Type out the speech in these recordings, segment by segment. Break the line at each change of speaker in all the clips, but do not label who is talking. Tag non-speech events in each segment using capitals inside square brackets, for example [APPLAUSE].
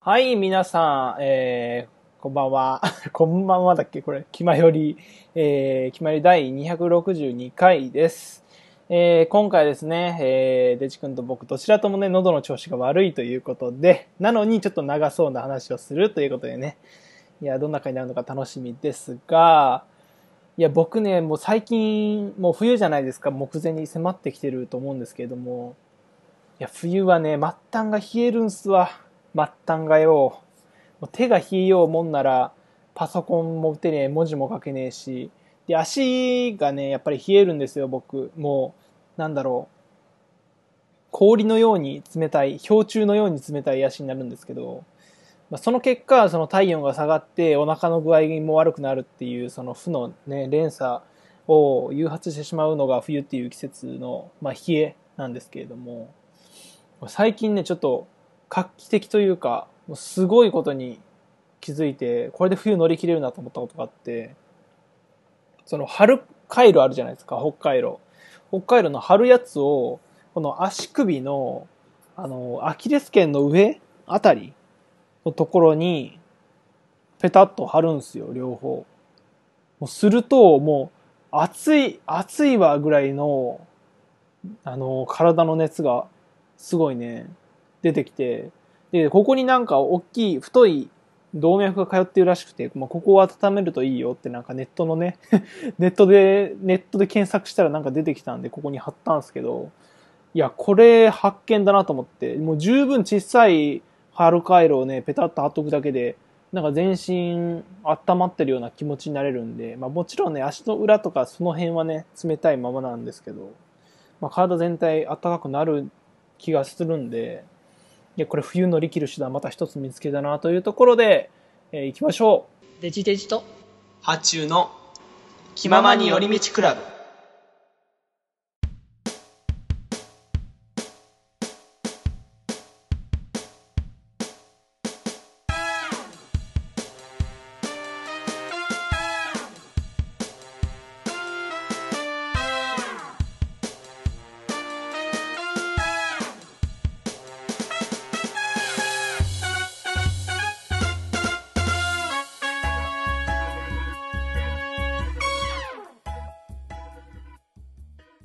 はい、皆さん、えー、こんばんは。 [LAUGHS] こんばんはだっけこれ、気まより、えー、気まより第262回です。えー、今回ですね、えー、デチ君と僕どちらともね、喉の調子が悪いということで、なのにちょっと長そうな話をするということでね、いや、どんな回になるのか楽しみですが、いや、僕ね、もう最近、もう冬じゃないですか、目前に迫ってきてると思うんですけれども、いや、冬はね、末端が冷えるんすわ。末端がよもう手が冷えようもんならパソコンも打てねえ文字も書けねえしで足がねやっぱり冷えるんですよ僕もうなんだろう氷のように冷たい氷柱のように冷たい足になるんですけど、まあ、その結果その体温が下がってお腹の具合も悪くなるっていうその負のね連鎖を誘発してしまうのが冬っていう季節の、まあ、冷えなんですけれども最近ねちょっと画期的というかもうすごいことに気づいてこれで冬乗り切れるなと思ったことがあってその春回路あるじゃないですか北海道北海道の春やつをこの足首のあのアキレス腱の上あたりのところにペタッと貼るんすよ両方もうするともう暑い暑いわぐらいのあの体の熱がすごいね出てきて、で、ここになんか大きい、太い動脈が通ってるらしくて、まあ、ここを温めるといいよってなんかネットのね、 [LAUGHS] ネットで、ネットで検索したらなんか出てきたんで、ここに貼ったんですけど、いや、これ発見だなと思って、もう十分小さい春回路をね、ペタッと貼っとくだけで、なんか全身温まってるような気持ちになれるんで、まあもちろんね、足の裏とかその辺はね、冷たいままなんですけど、まあ体全体暖かくなる気がするんで、いやこれ冬乗り切る手段また一つ見つけたなというところで、えー、いきましょ
うデジデジと
発注の気ままに寄り道クラブ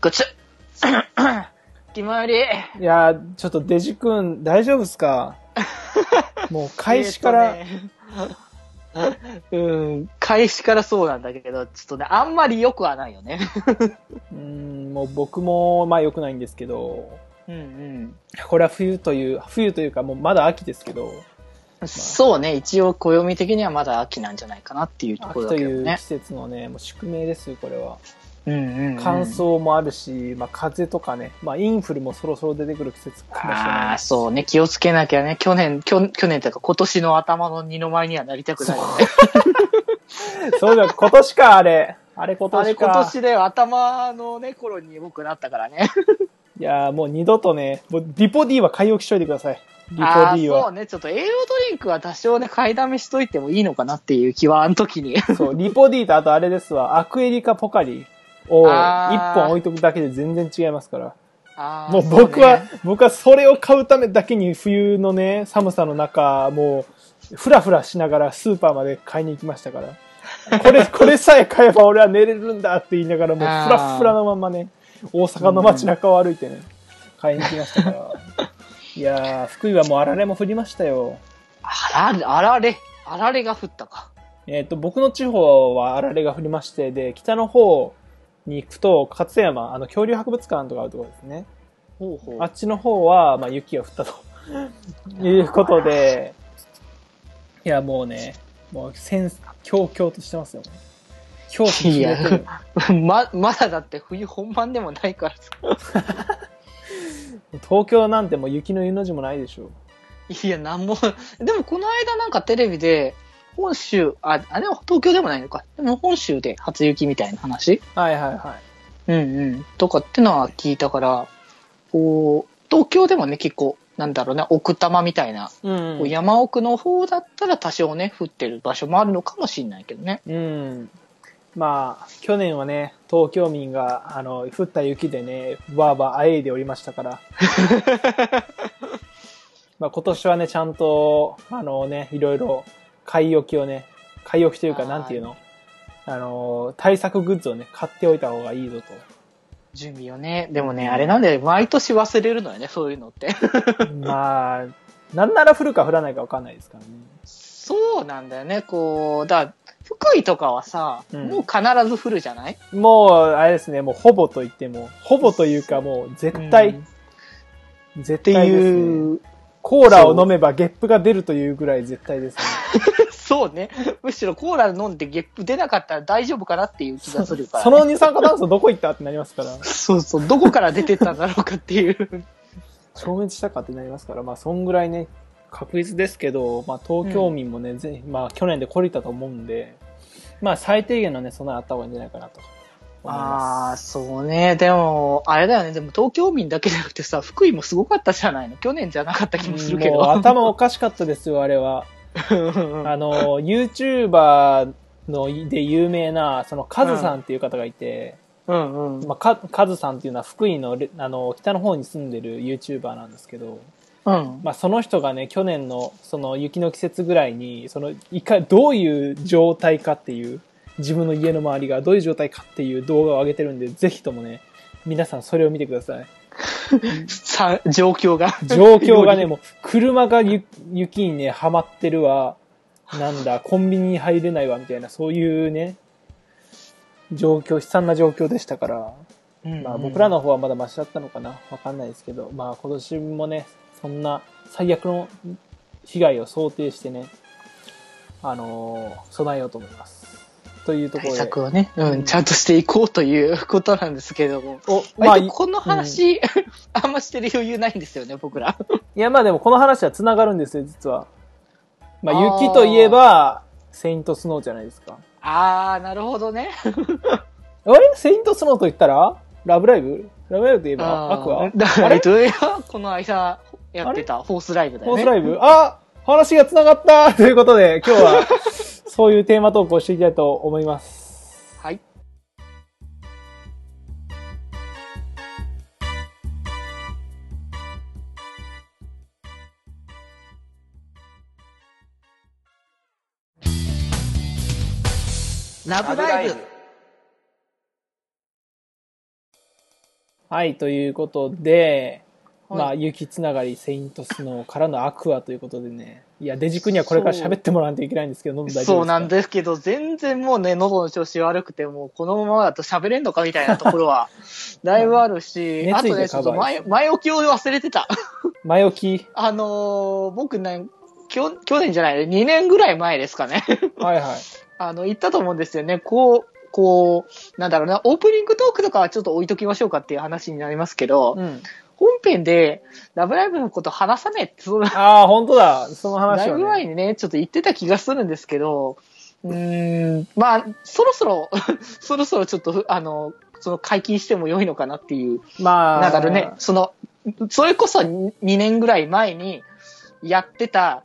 ごつ気まより。
いやちょっとデジ君、大丈夫っ
[LAUGHS]
すかもう開始から、え
ーね、うん、開始からそうなんだけど、ちょっとね、あんまり良くはないよね。
うん、もう僕も、まあ良くないんですけど、
うんうん。
これは冬という、冬というかもうまだ秋ですけど、
まあ、 [LAUGHS] そうね、一応暦的にはまだ秋なんじゃないかなっていうところだけどね。
秋という季節のね、もう宿命ですよ、これは。
うんうんうん、。
乾燥もあるし、まあ、風邪とかね、まあ、インフルもそろそろ出てくる季節かもしれない
そうね、気をつけなきゃね、去年、去去年というか今年の頭の二の前にはなりたくないよね。
そうだ、今年か、あれ。あれ今年か。
あれ今年で頭のね、頃に僕なったからね。
いやもう二度とね、もうリポ D は買い置きしといてください。リポ
D は。そうね、ちょっと栄養ドリンクは多少ね、買いだめしといてもいいのかなっていう気は、あの時
[LAUGHS]
に。
そう、リポ D とあとあれですわ、アクエリかポカリ。を1本置いとくだけで全然違いますから。もう僕は、ね、僕はそれを買うためだけに冬のね、寒さの中、もう、ふらふらしながらスーパーまで買いに行きましたから。 [LAUGHS] これ、これさえ買えば俺は寝れるんだって言いながら、もうふらふらのままね、大阪の街中を歩いてね、買いに行きましたから。 [LAUGHS] いやー、福井はもうあられも降りましたよ。
あられ、あられ、あられが降ったか。
えっ、ー、と、僕の地方はあられが降りまして、で、北の方、に行くと勝山あの恐竜博物館とかあるところですね
ほうほう
あっちの方は、まあ、雪が降ったと [LAUGHS] いうことでいやもうねもうせんきょうきょうとしてます [LAUGHS] よ
狂気にいやま [LAUGHS] まだだって冬本番でもないからさ
東京なんてもう雪の湯の字もないでしょ
いやなんもでもこの間なんかテレビで本州、あ、あれは東京でもないのか。でも本州で初雪みたいな話。
はいはいはい
うんうん。とかってのは聞いたから、こう、東京でもね、結構、なんだろうね、奥多摩みたいな、
うん、うん、
山奥の方だったら多少ね、降ってる場所もあるのかもしれないけどね。
うん。まあ、去年はね、東京民が、あの、
[LAUGHS]
降った雪でね、わーわーあえいでおりましたから。まあ、今年はね、ちゃんと、あのね、いろいろ、買い置きをね、買い置きというか、
はい
なんていうのあの、対策グッズをね、買っておいた方がいいぞ
[LAUGHS]
と。
準備をね。でもね、あれなんで、毎年忘れるのよね、そういうのって。
まあ、なんなら降るか降らないかわかんないですからね。
そうなんだよね、こう、だから福井とかはさ、
うん
もう必ず降るじゃない
もう、あれですね、もうほぼと言っても、ほぼというかもう絶対、
うんっ
絶
て
対です
い
ね。
う、
コーラを飲めばゲップが出るというぐらい絶対ですね。
そうね。むしろコーラ飲んでゲップ出なかったら大丈夫かなっていう気がするから、
その二酸化炭素どこ行ったってなりますから、
[LAUGHS] そうそう、どこから出てったんだろうかっていう。
消滅したかってなりますから、まあそんぐらいね、確率ですけど、まあ東京民もね、ぜひまあ去年で懲りたと思うんで、まあ最低限のね、備えあった方がいいんじゃないかなと思い
あ
ま
あ、
す。
そうね。でも、あれだよね。でも東京民だけじゃなくてさ、福井もすごかったじゃないの。去年じゃなかった気もするけ
もう
ど。
頭おかしかったですよ、あれは。あの、YouTuber ので有名な、そのカズさんっていう方がいて、
うんうん。
まあ、かカズさんっていうのは福井のレあの北の方に住んでる YouTuber なんですけど、
うん。
まあ、その人がね去年のその雪の季節ぐらいにそのいかどういう状態かっていう自分の家の周りがどういう状態かっていう動画を上げてるんでぜひともね皆さんそれを見てください
さ、状況が。
状況が
よ
ね
り
もう車がゆ雪にねはまってるわなんだコンビニに入れないわみたいなそういうね状況悲惨な状況でしたからまあ、僕ら
の。
の方はまだマシだったのかなわかんないですけど、まあ、今年もね、そんな最悪の被害を想定してね、あのー備えようと思います。というとこ
対
ろで。
策をね、う
うん
ん、ちゃんとしていこうということなんですけども。
おまあ、
割
い
とこの話、あんましてる余裕ないんですよね、僕ら。
いや、まあでもこの話は繋がるんですよ、実は。まあ、
あー
雪といえば、セイントスノーじゃないですか。
あー、なるほどね。
あれセイントスノーと言ったら、ラブライブラブライブといえば、ア
あ
クア
ーだか
あ
ら、
れ
えっと、いやこの間やってたホースライブだ
ホ
よ
ー
ね。
スライブあ話が繋がった [LAUGHS] ということで、今日 [LAUGHS] は、そういうテーマ投稿していきたいと思います。
はい。ラブライブ
はい、ということで、
はい
まあ、雪つながり、セイントスノーからのアクアということでね、いや、デジ君にはこれから喋ってもらわないといけないんですけど、飲んで大丈夫ですか
そうなんですけど、全然もうね、喉の調子悪くて、もうこのままだと喋れんのかみたいなとこ
[LAUGHS]
ろは、だいぶあるし、
うん
あと
熱意で
ね、ちょっと
カバーで
前、前置きを忘れてた。 [LAUGHS]
前置き。
あのー僕ね、きょ去年じゃない、2年ぐらい前ですかね。 [LAUGHS]
はいはい。
あの、言ったと思うんですよね。こう、こう、なんだろうな、オープニングトークとかはちょっと置いときましょうかっていう話になりますけど、
うん。
本編で、ラブライブのこと話さねえって、その
ああ、本当だ。その
だ
話
い
を、
ぶ前
ね。
にね、ちょっと言ってた気がするんですけど、うーん、まあ、そろそろ、 [LAUGHS] そろそろちょっと、あの、その解禁しても良いのかなっていう、
まあ、
なんだろうね、その、それこそ2年ぐらい前にやってた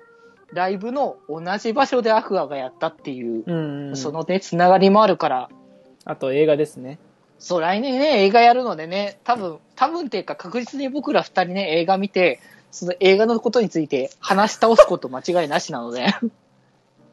ライブの同じ場所でアクアがやったっていう、
うん。
そのね、つながりもあるから、
あと映画ですね。
そう、来年ね、映画やるのでね、多分、多分っていうか確実に僕ら二人ね、映画見て、その映画のことについて話し倒すこと間違いなしなので。
っ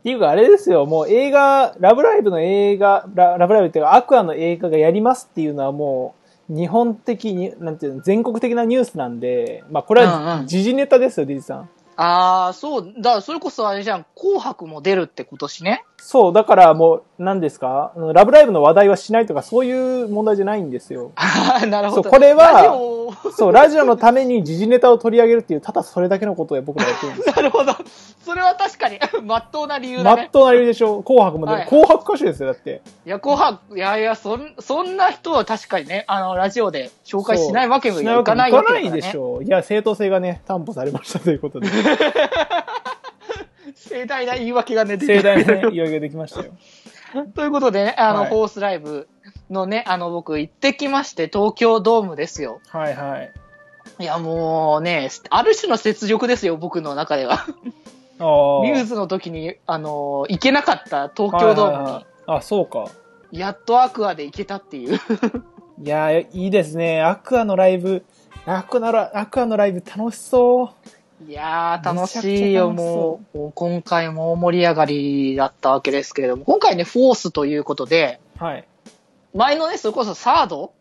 ていうか、あれですよ、もう映画、ラブライブの映画、ララブライブっていうか、アクアの映画がやりますっていうのはもう、日本的に、なんていうの、全国的なニュースなんで、まあ、これ
うん
は
うん
時事ネタですよ、ディジさん。
ああ、そう、だからそれこそあれじゃん、紅白も出るって今年ね。 [LAUGHS]
そう、だからもう、何ですかあのラブライブの話題はしないとか、そういう問題じゃないんですよ。
ああ、なるほど。
そうこれは
ラジオ
そう、ラジオのために時事ネタを取り上げるっていう、ただそれだけのことを僕らやってるん
[LAUGHS]
です。
[LAUGHS] なるほど。それは確かに、 [LAUGHS] まっとうな理由
ま
だ
っ
ね。
とうな理由でしょ紅白も出
は
る。
い
紅白歌手ですよ、だって。
いや、紅白、いやいや、そん、そんな人は確かにね、あの、ラジオで紹介しないわけに
そう
はいかない
し
わ
な
け
いわ
だ
け
か
いかないで
らね。
しょう。いや、正当性がね、担保されましたということで。
盛大な言い訳がね、出
盛
てる
大なね、言い訳ができました [LAUGHS] よ。
[LAUGHS] ということでね、あの、
はい
ホースライブのね、あの、僕行ってきまして、東京ドームですよ。
はいはい。
いや、もうね、ある種の雪辱ですよ、僕の中では。
ああ。
ミューズの時に、あの、行けなかった東京ドー
はい
ム
はいはいあ、そうか。
に、やっとアクアで行けたっていう。 [LAUGHS]
いやー、いいですね。アクアのライブ、アクアのラアクアのライブ楽しそう。
いやー、楽しいよ、
めちゃくちゃ楽し
も。
そう
もう今回も盛り上がりだったわけですけれども、今回ね、フォースということで、
はい。
前のね、それこそサード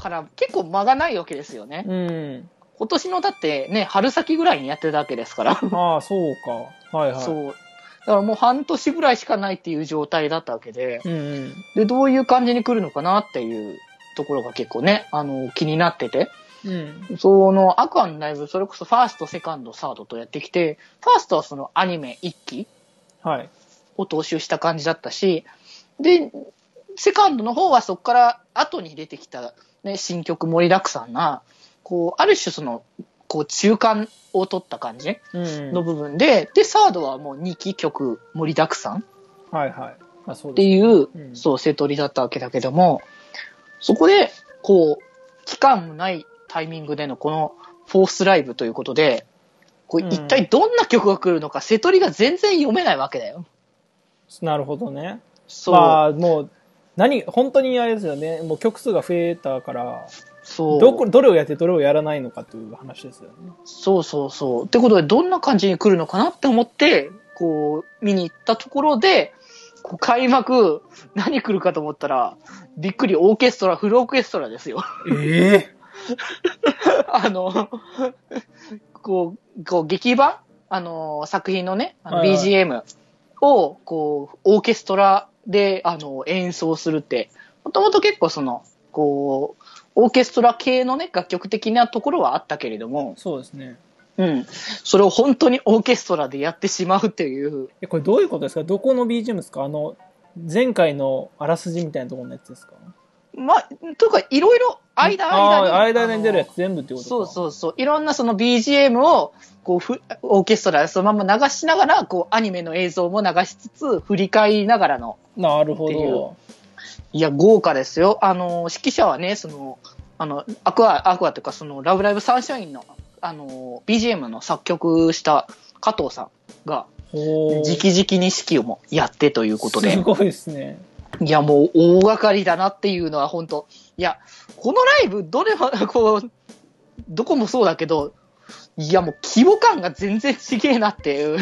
から結構間がないわけですよね。
うん。
今年のだってね、春先ぐらいにやってたわけですから。
ああ、そうか。はいはい。
そう。だからもう半年ぐらいしかないっていう状態だったわけで、
うんうん。
で、どういう感じに来るのかなっていうところが結構ね、あの、気になってて。
うん。
その、アクアのライブ、それこそファースト、セカンド、サードとやってきて、ファーストはそのアニメ1期
はい。
を踏襲した感じだったし、で、セカンドの方はそこから後に出てきた、ね、新曲盛りだくさんな、こう、ある種その、こう、中間を取った感じ
うん。
の部分で、で、サードはもう2期曲盛りだくさんっ
はいはい。あ、そう
て
で
いう、
うん
そう、セトリだったわけだけども、そこで、こう、期間もないタイミングでのこのフォースライブということで、こう
うん
一体どんな曲が来るのか、セトリが全然読めないわけだよ。
す。なるほどね。
そう。
まあ、もう、何、本当にあれですよね。もう曲数が増えたから、
そう。
どこ、どれをやってどれをやらないのかという話ですよね。
そうそうそう。ってことで、どんな感じに来るのかなって思って、こう、見に行ったところで、こう開幕、何来るかと思ったら、びっくりオーケストラ、フルオーケストラですよ。
ええ
あの、こう、こう劇版あの、作品のね、あの
はいはい
BGM を、こう、オーケストラで、あの、演奏するって、もともと結構その、こう、オーケストラ系のね、楽曲的なところはあったけれども、
そうですね。
うん。それを本当にオーケストラでやってしまうっていう。
え、これどういうことですかどこの BGM ですかあの、前回のあらすじみたいなところのやつですか
まあ、というか、いろいろ間、間に。
あー間に出るや
あ
つ全部って
の。
ことか
そうそうそう。いろんなその BGM を、こうふ、オーケストラでそのまま流しながら、こう、アニメの映像も流しつつ、振り返りながらの。
なるほ
っていう
ど。
いや、豪華ですよ。あの、指揮者はね、その、あの、アクア、アクアというか、その、ラブライブサンシャインの、あの、BGM の作曲した加藤さんが、
ほう
直々に指揮をもやってということで。
すごいですね。
いや、もう大掛かりだなっていうのは本当いや、このライブ、どれも、 [LAUGHS] こう、どこもそうだけど、いや、もう規模感が全然違えなっていう。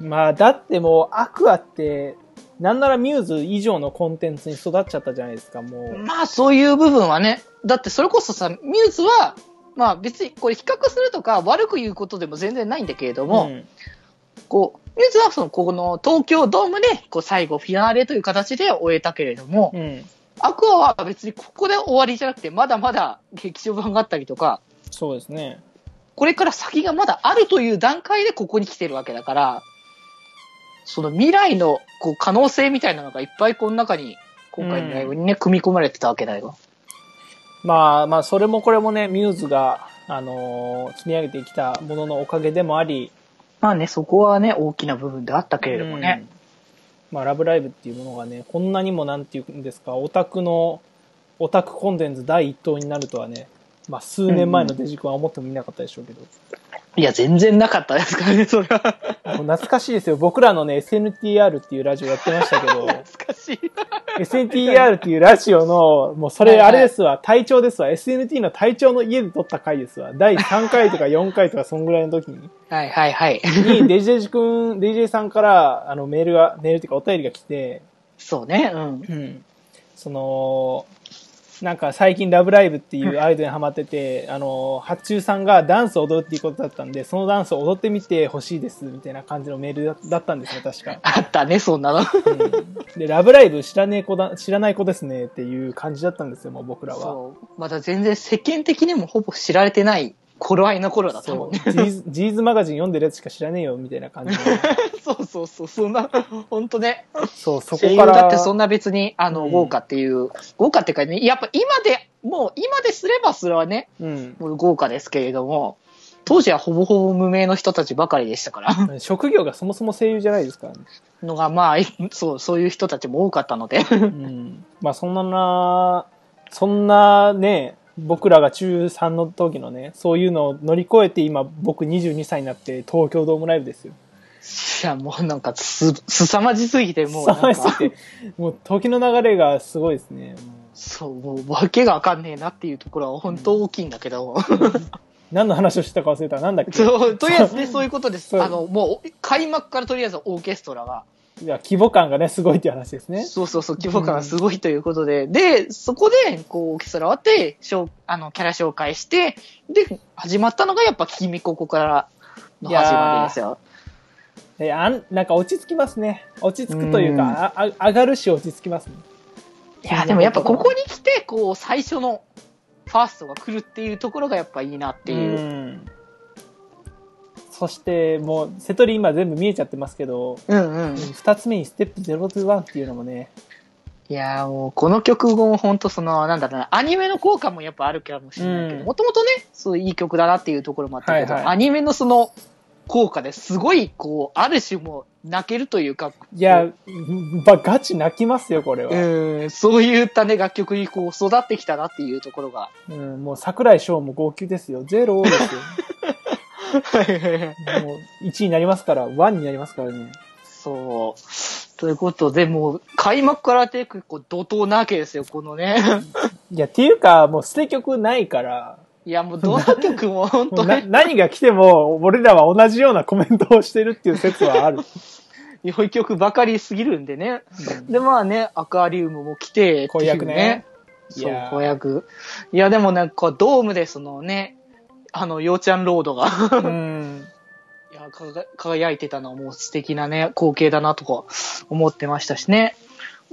まあ、だってもう、アクアって、なんならミューズ以上のコンテンツに育っちゃったじゃないですか、もう。
[LAUGHS] まあ、そういう部分はね。だって、それこそさ、ミューズは、まあ別にこれ比較するとか悪く言うことでも全然ないんだけれども、
うん
こう、ミューズはその、この東京ドームで、こう最後フィナーレという形で終えたけれども、
うん。
アクアは別にここで終わりじゃなくて、まだまだ劇場版があったりとか、
そうですね。
これから先がまだあるという段階でここに来てるわけだから、その未来のこう可能性みたいなのがいっぱいこの中に、今回のライブにね、組み込まれてたわけだよ。
まあまあ、それもこれもね、ミューズが、あのー積み上げてきたもののおかげでもあり、
まあね、そこはね、大きな部分であったけれどもね。
うんまあ、ラブライブっていうものがね、こんなにもなんていうんですか、オタクの、オタクコンテンツ第一党になるとはね、まあ、数年前のデジ君は思ってもみなかったでしょうけど、
いや、全然なかったですからね、それは。
もう懐かしいですよ。僕らのね、SNTR っていうラジオやってましたけ
[LAUGHS]
ど、
懐かしい。
SNTR っていうラジオの、もうそ
はい
れ
はい
あれですわ、隊長ですわ、SNT の隊長の家で撮った回ですわ、第3回とか4回とかそんぐらいの時に、
はいはいはい。
に、デジデジ君、デジデジさんから、あの、メールが、メールっていうかお便りが来て、
[LAUGHS] そうね、うん。
うん、そのなんか最近「ラブライブ!」っていうアイドルにハマっててあの八中さんがダンスを踊るっていうことだったんでそのダンスを踊ってみてほしいですみたいな感じのメールだだったんですよ確か、
あったね、そんなの。
うんで「ラブライブ知らねえ子だ知らない子ですね」っていう感じだったんですよもう僕らは
そう。まだ全然世間的にもほぼ知られてない頃合いの頃だったも
そ
ん
う
ね。
ジーズジーズマガジン読んでるやつしか知らねえよみたいな感じの
[LAUGHS] そうそうそう、そんな、ほんとね。
そうそ
声
こ
優
から
だってそんな別に、あの、
うん
豪華っていう、豪華っていうかね、やっぱ今で、もう今ですればそれはね、
うん
もう豪華ですけれども、当時はほぼほぼ無名の人たちばかりでし
[LAUGHS]
たから、
職業がそもそも声優じゃないですからね
のがまあ、 [LAUGHS] そう、そういう人たちも多かったので、 [LAUGHS]
うんまあそんなな、そんなね、僕らが中3の時のね、そういうのを乗り越えて今僕22歳になって東京ドームライブですよ。
いや、もうなんかす、すさまじすぎて、もうなん
騒
か、
ぎすぎてもう時の流れがすごいですね。
そう、もうわけがわかんねえなっていうところは本当大きいんだけど、 [LAUGHS]
何の話をしてたか忘れた。なんだっけ
そう、とりあえずね、そういうことです。
そう
あの、もう、開幕からとりあえずオーケストラが、
いや規模感がね、すごいっていう話ですね。
そうそうそう、規模感がすごいということで、で、そこで、こう、オーケストラ終わって、しょうあの、キャラ紹介して、で、始まったのが、やっぱ、君ここからの始まりですよ。
えあんなんか落ち着きますね。落ち着くという
うん
か、ああ上がるし落ち着きますね。
いや、でもやっぱ、ここに来て、こう、最初の、ファーストが来るっていうところがやっぱいいなっていう。
んそしてもう瀬戸り今全部見えちゃってますけど、
うんうん。
2つ目にステップ021っていうのもね、
いやーもうこの曲も本当そのなんだろうなアニメの効果もやっぱあるかもしれないけ
う
ど
ん
もともとねそういい曲だなっていうところもあったけど、
はいはい
アニメのその効果ですごいこうある種もう泣けるというか
いや、ばガチ泣きますよ、これ
う
は。
んそういったね楽曲にこう育ってきたなっていうところが
うん、もう桜井翔も号泣ですよ、ゼロですよ。もう1になりますから、1になりますからね。
そうということでもう開幕から結構怒涛なわけですよこのね
いや、っていうか、もう捨て曲ないから、
いやもうどの曲も本
も
当
うな
ね
何が来ても、俺らは同じようなコメントをしてるっていう説はある。
良い曲ばかりすぎるんでね
うん
で、まあね、アクアリウムも来て、
婚約ね
っていう
い
ね。
やー
そう、婚約。いや、でもなんか、ドームでそのね、あの、ようちゃんロー
[LAUGHS]
ドが
うん
いやかが輝いてたのはもう素敵なね、光景だなとか思ってましたしね。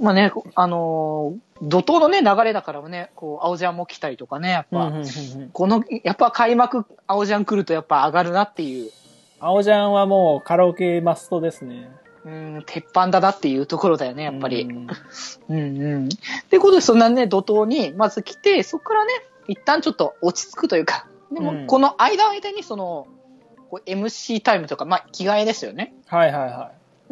まあね、あのー怒涛のね、流れだからね、こう、青ジャンも来たりとかね、やっぱ、
うんうんうんうん
この、やっぱ開幕、青ジャン来るとやっぱ上がるなっていう、
青ジャンはもうカラオケマストですね。
うん、鉄板だなっていうところだよね、やっぱり。
うん
うんうん。ってことで、そんなね、怒涛にまず来て、そこからね、一旦ちょっと落ち着くというか、で
う
も、
ん
この間間に、その、こう MC タイムとか、まあ、着替えですよね。
はいはいは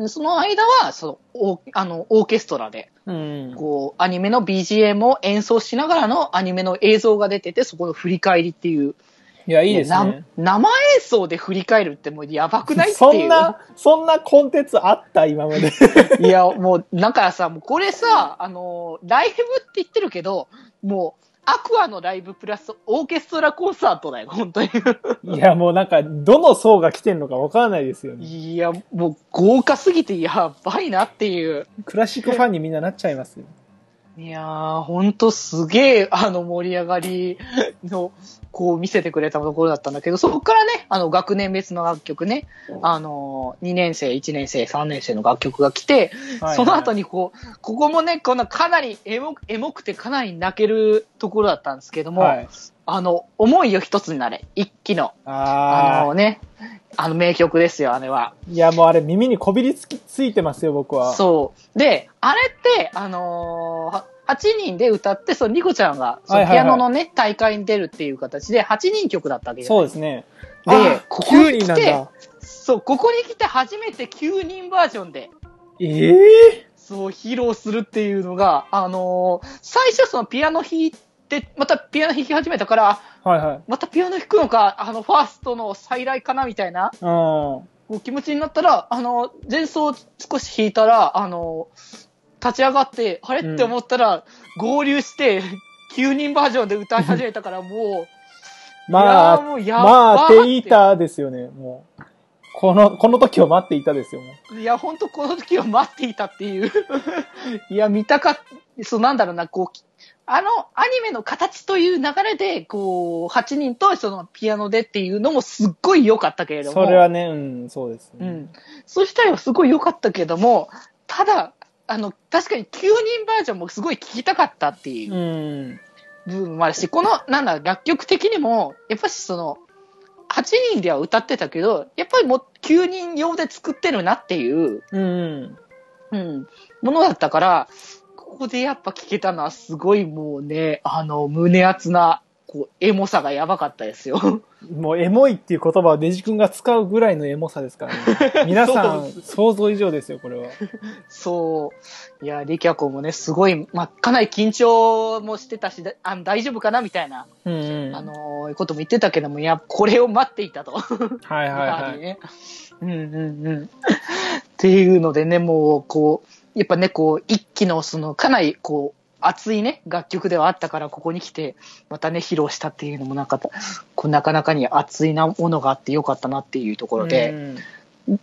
その間は、その、おあの、オーケストラで、
い。うん
こう、アニメの BGM を演奏しながらのアニメの映像が出てて、そこの振り返りっていう。
いや、いいです
な
ね。
生演奏で振り返るってもうやばくないっていう。
そんな、そんなコンテンツあった今まで。
[LAUGHS] いや、もう、だからさ、もうこれさ、あのーライブって言ってるけど、もう、アクアのライブプラスオーケストラコンサートだよ、本当に。
いや、もうなんか、どの層が来てんのかわからないですよね。
いや、もう豪華すぎてやばいなっていう。
クラシックファンにみんななっちゃいますよ。
いやー、ほんとすげえ、あの、盛り上がりの、こう見せてくれたところだったんだけど、そこからね、あの、学年別の楽曲ね、あのー、2年生、1年生、3年生の楽曲が来て、その後
に。
にこう、ここもね、このかなりエモエモくてかなり泣けるところだったんですけども、
はい。
あの、思いよ一つになれ。一期の、あ
あ
のね、あの名曲ですよ、あれは。
ーいや、もうあれ耳にこびりつき、ついてますよ、僕は。
そう。で、あれって、あのーは8人で歌って、そのリコちゃんが、そ
はい
の
はいは
ピ
い
アノのね、大会に出るっていう形で、8人曲だったわけじゃな
そ
いう
ですね。
で
あー
ここに
9人
来て
なんだ。
そう、ここに来て初めて9人バージョンで、
ええ
そう、披露するっていうのが、あのー最初そのピアノ弾いて、またピアノ弾き始めたから、あ
はいはい。
またピアノ弾くのか、あの、ファーストの再来かなみたいな、
うん。
こう気持ちになったら、あの、前奏少し弾いたら、あの、立ち上がって、あれって思ったら、合流して、9人バージョンで歌い始めたから、もう、
ま
いやー
あ、
もうや
まあ、
ば
テ
ー
イーターですよね、もう。この、この時を待っていたですよ、もう
いや、本当この時を待っていたっていう。 [LAUGHS] いや、見たかっ、そうなんだろうな、こう、あの、アニメの形という流れで、こう、8人とそのピアノでっていうのもすっごい良かったけれども。
それはね、うん、そうです、
う
ね。
ん。そうしたらすごい良かったけれども、ただ、あの、確かに9人バージョンもすごい聞きたかったっていううん部分もあるし、この、なんだ、楽曲的にも、やっぱしその、8人では歌ってたけど、やっぱりもう9人用で作ってるなっていう、
うん。
うん、ものだったから、ここでやっぱ聞けたのはすごいもうね、あの、胸熱な、こう、エモさがやばかったですよ。
もうエモいっていう言葉をデジ君が使うぐらいのエモさですからね。
[LAUGHS]
皆さん、想像以上ですよ、これは。
そう。いや、リキャコもね、すごい、まあ、かなり緊張もしてたし、だあの大丈夫かなみたいな、
うん、
あのーことも言ってたけども、いや、これを待っていたと。
はいはい
やは
は
り
い。
ね。うんうんうん。 [LAUGHS] っていうのでね、もう、こう、やっぱね、こう、一期の、その、かなり、こう、熱いね、楽曲ではあったから、ここに来て、またね、披露したっていうのもなんか、こうなかなかに熱いなものがあってよかったなっていうところ
う
で、
ん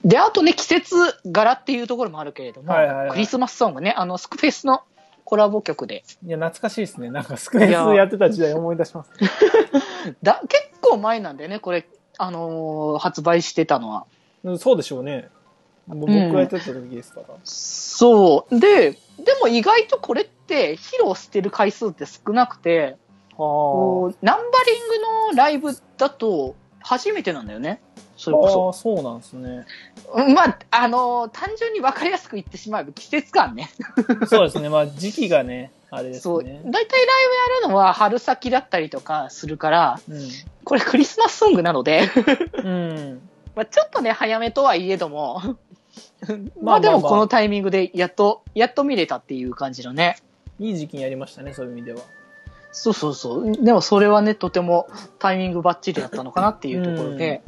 であとね季節柄っていうところもあるけれども、
はいはいはい
クリスマスソングねあのスクフェスのコラボ曲で
いや、懐かしいですね。なんかスクエスやってた時代思い出します。
だ結構前なんだよねこれ、あのー発売してたのは。
うんそうでしょうね。もう僕がやってた時ですから。
そうででも意外とこれって披露してる回数って少なくて
は
こうナンバリングのライブだと初めてなんだよねそれこ
あ。
そ
ああ、そうなんですね。
うんまああのー単純に分かりやすく言ってしまえば季節感ね
そうですね。まあ時期がね、あれです
そう大体
ね。
ライブやるのは春先だったりとかするから
う
これクリスマスソングなので
ん。うん。
まあちょっとね早めとはいえど [LAUGHS] も
ま
ま
あ
あで
まあ
もこのタイミングでやっとやっと見れたっていう感じのね
いい時期にやりましたね、そういう意味では。
そうそうそう。でもそれはね、とてもタイミングバッチリだったのかなっていうところで、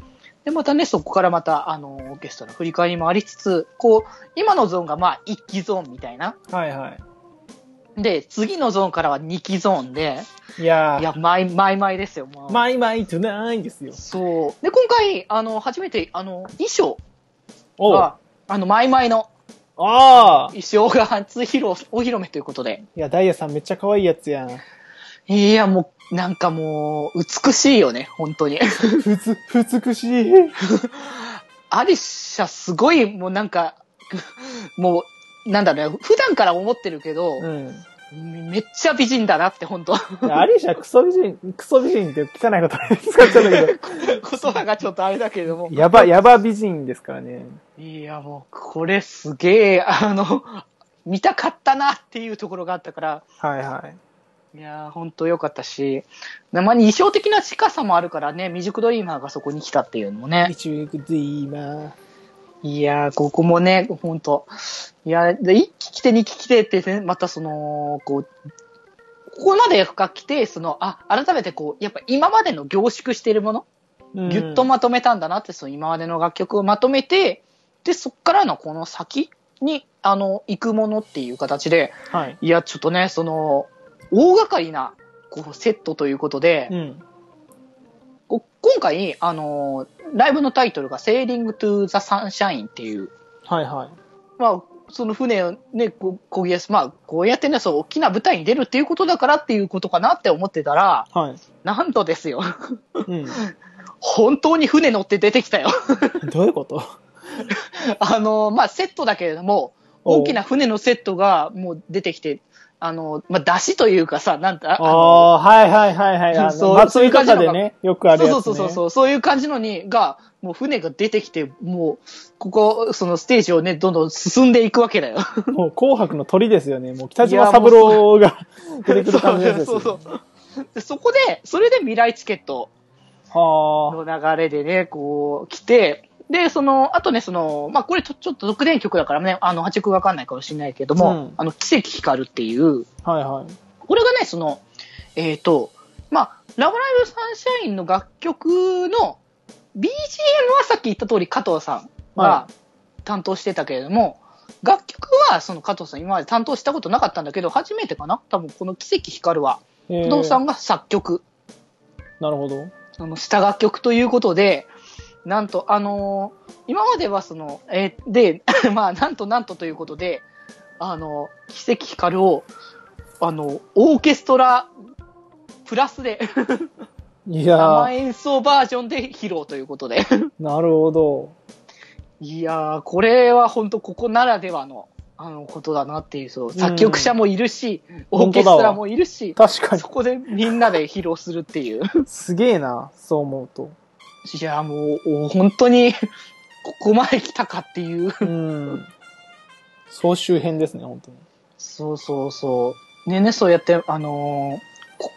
で、またね、そこからまた、あの、オーケストラの振り返りもありつつ、こう、今のゾーンがまあ1期ゾーンみたいな。
はいは
で、次のゾーンからは2期ゾーンで、
い。いやー、
いや、マイ、マイマイですよ、もう。
マイマイトゥナインですよ。
そう。で、今回、あの、初めて、あの、衣装
おうあ
が、あの、マイマイの
あ
衣装が初披露、お披露目ということで。
いや、ダイヤさんめっちゃ可愛いやつやん。
いや、もう、なんかもう、美しいよね、本当に。 [LAUGHS]
ふつ、ふつくしい。
アリシャすごい、もうなんか、 [LAUGHS] もう、なんだろうね、普段から思ってるけ
う
ど、
ん。
めっちゃ美人だなって、本
[LAUGHS]
当
いやアリシャクソ美人、クソ美人って汚いこと使っちゃうんだけど、
言葉がちょっとあれだけれども。
やば、やば美人ですからね。
いや、もう、これすげえ、あの、見たかったなっていうところがあったから、
はいはい。
いやー、本当良かったし、生に衣装的な近さもあるからね、未熟ドリーマーがそこに来たっていうのもね。
一応行くぜ、今。
いやー、ここもね、ほんと。いやー、で、一期来て二期来てってね、またその、こう、ここまで深く来て、その、あ、改めてこう、やっぱ今までの凝縮しているもの、
うん
ぎゅっとまとめたんだなって、その今までの楽曲をまとめて、で、そっからのこの先に、あの、行くものっていう形で、
はい。
いや、ちょっとね、その、大掛かりな、こう、セットということで、
うん。
こ今回、あの、ライブのタイトルが、セーリングトゥザサンシャインっていう、
はいはい。
まあ、その船をね、こう、こぎやす、まあ、こうやってね、そう、大きな舞台に出るっていうことだからっていうことかなって思ってたら、
はい。
なんとですよ。 [LAUGHS]
うん。
本当に船乗って出てきたよ。 [LAUGHS]
どういうこと
あの、まあ、セットだけれども、
おう
大きな船のセットがもう出てきて、あの、まあ、出汁というかさ、なんだ、
ああ、はいはいはいはい。あの、
そう
祭り方でね、よくあるやつ、ね。
そうそうそうそう、そういう感じのに、が、もう船が出てきて、もう、ここ、そのステージをね、どんどん進んでいくわけだよ。
もう紅白の鳥ですよね。もう北
い
島
や
三
もう
郎が [LAUGHS] 出てくる感じのやつです
そ
よ、
[LAUGHS] うそうそう。でそこで、それで未来チケット
は
の流れでね、こう、来て、で、その、あとね、その、まあ、これとちょっと独伝曲だからね、あの、8曲わかんないかもしれないけども、
うん
あの、奇跡光るっていう、
あ。はいはい。
これがね、その、えっ、と、まあ、ラブライブサンシャインの楽曲の BGM はさっき言った通り加藤さん
は
が担当してたけれども、楽曲はその加藤さん今まで担当したことなかったんだけど、初めてかな多分この奇跡光るは、
え
不動さ
ん。
んが作曲。
なるほど。
あの、下楽曲ということで、なんと、あのー今まではその、えーで、 [LAUGHS] まあ、なんとなんとということで、あの、奇跡光るを、あの、オーケストラ、プラスで、
いや
生
ー、
演奏バージョンで披露ということで。
なるほど。
いやー、これは本当ここならではの、あの、ことだなっていう、そう、作曲者もいるし、オーケストラもいるし、
確かに
そ、こでみんなで披露するっていう。
すげえな、そう思うと。
いや、もう、本当に、こ [LAUGHS] こまで来たかっていう。
うん。総集編ですね、本当に。
そうそうそう。ねね、そうやって、あのーこ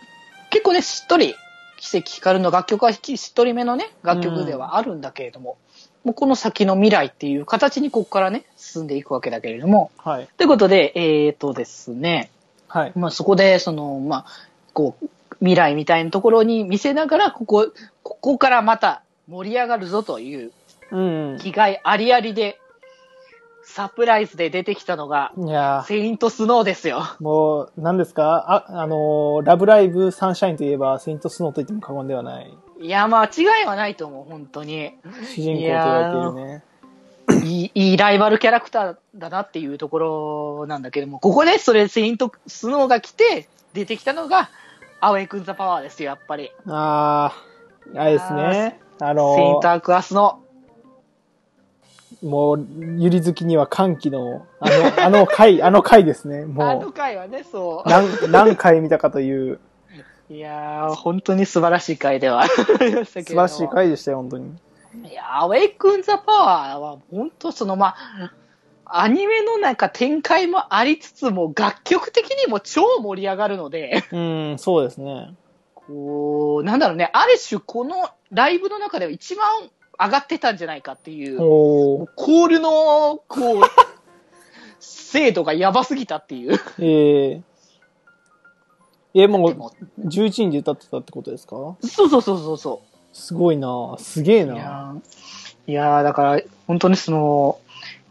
結構ね、しっとり、奇跡光の楽曲はしっとりめのね、楽曲ではあるんだけれども、もうこの先の未来っていう形にここからね、進んでいくわけだけれども。
はい。
ということで、えーとですね、
はい。
まあそこで、その、まあ、こう、未来みたいなところに見せながら、ここ、ここからまた盛り上がるぞという
うん。
気概ありありで、サプライズで出てきたのが、
いや
セイントスノーですよ。
ーもう、何ですかあ、あのーラブライブサンシャインといえば、セイントスノーと言っても過言ではない、
いや、間違いはないと思う、本
[CLEARS THROAT]
当に。
主人公と言われているね。
いい、いいライバルキャラクターだなっていうところなんだけども、ここでそれ、セイントスノーが来て、出てきたのが、アウェイクンザパワーですよ、やっぱり。
ああ、あれですね。あ
セイン
の
トアクアスの。
ーもう、ゆり好きには歓喜の、あの、あの回、あの回ですね。
あ
も、
の回はね、そう
何、何回見たかという、
う。いやー、本当に素晴らしい回ではありました
素
け
晴
れども
らしい回でしたよ、本当に。
いやー、アウェイクンザパワーは、本当その、まあ、アニメのなんか展開もありつつも、楽曲的にも超盛り上がるので、
うん、そうですね。
こう、なんだろうね、ある種このライブの中では一番上がってたんじゃないかっていう、
おー
コールの、こう、精度がやばすぎたっていう。
えええ、も
で
う、
も
11人で歌ってたってことですか
そうそうそうそうそ
すごいなすげえ
う。い
な
やーいやーだから、本当にその、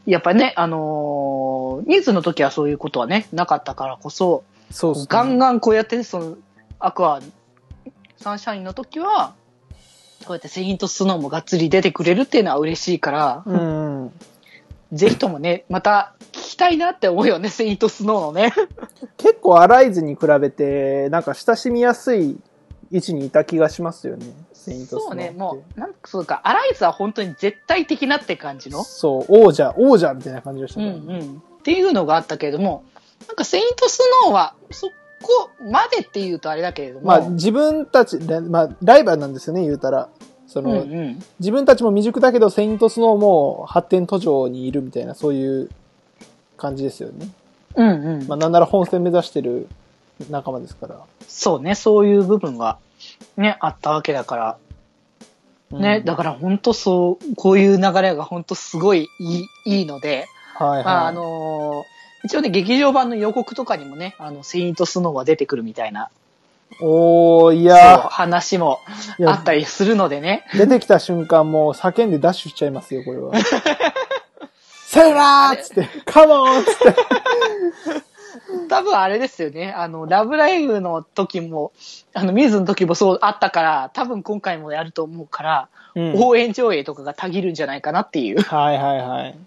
やっぱりね、あのーニーズの時はそういうことはね、なかったからこそ、
そうっすね。
ガンガンこうやって、その、アクア、サンシャインの時は、こうやってセイントスノーもがっつり出てくれるっていうのは嬉しいから、
うん。
ぜひともね、また聞きたいなって思うよね、セイントスノーのね。
結構アライズに比べて、なんか親しみやすい位置にいた気がしますよね。セイントスノー
そう
って
ね、もう、なんかそうか、アライズは本当に絶対的なって感じの、
そう、王者、王者みたいな感じでした
うん
ね。
うん、っていうのがあったけれども、なんかセイントスノーは、そこまでっていうとあれだけれども、
まあ自分たち、でまあライバルなんですよね、言うたら。そ
うん
の、
うん、
自分たちも未熟だけど、セイントスノーも発展途上にいるみたいな、そういう感じですよね。
うんうん、
まあなんなら本戦目指してる仲間ですから。
そうね、そういう部分が、ね、あったわけだから、
うん
ね、だから本当そう、こういう流れが本当すごいいいいいので、
はいはい。
まあ、あのー一応ね、劇場版の予告とかにもね、あの、セイントスノーは出てくるみたいな、
おー、い
そう
や
話も
いや
あったりするのでね。
出てきた瞬間もう叫んでダッシュしちゃいますよ、これ
[LAUGHS]
は。セイラーっつって、カモンっつって。 [LAUGHS]
多分あれですよね、あの、ラブライブの時も、あの、ミズの時もそうあったから、多分今回もやると思うから、応援上映とかがたぎるんじゃないかなっていう。 [LAUGHS]
はいはいはい。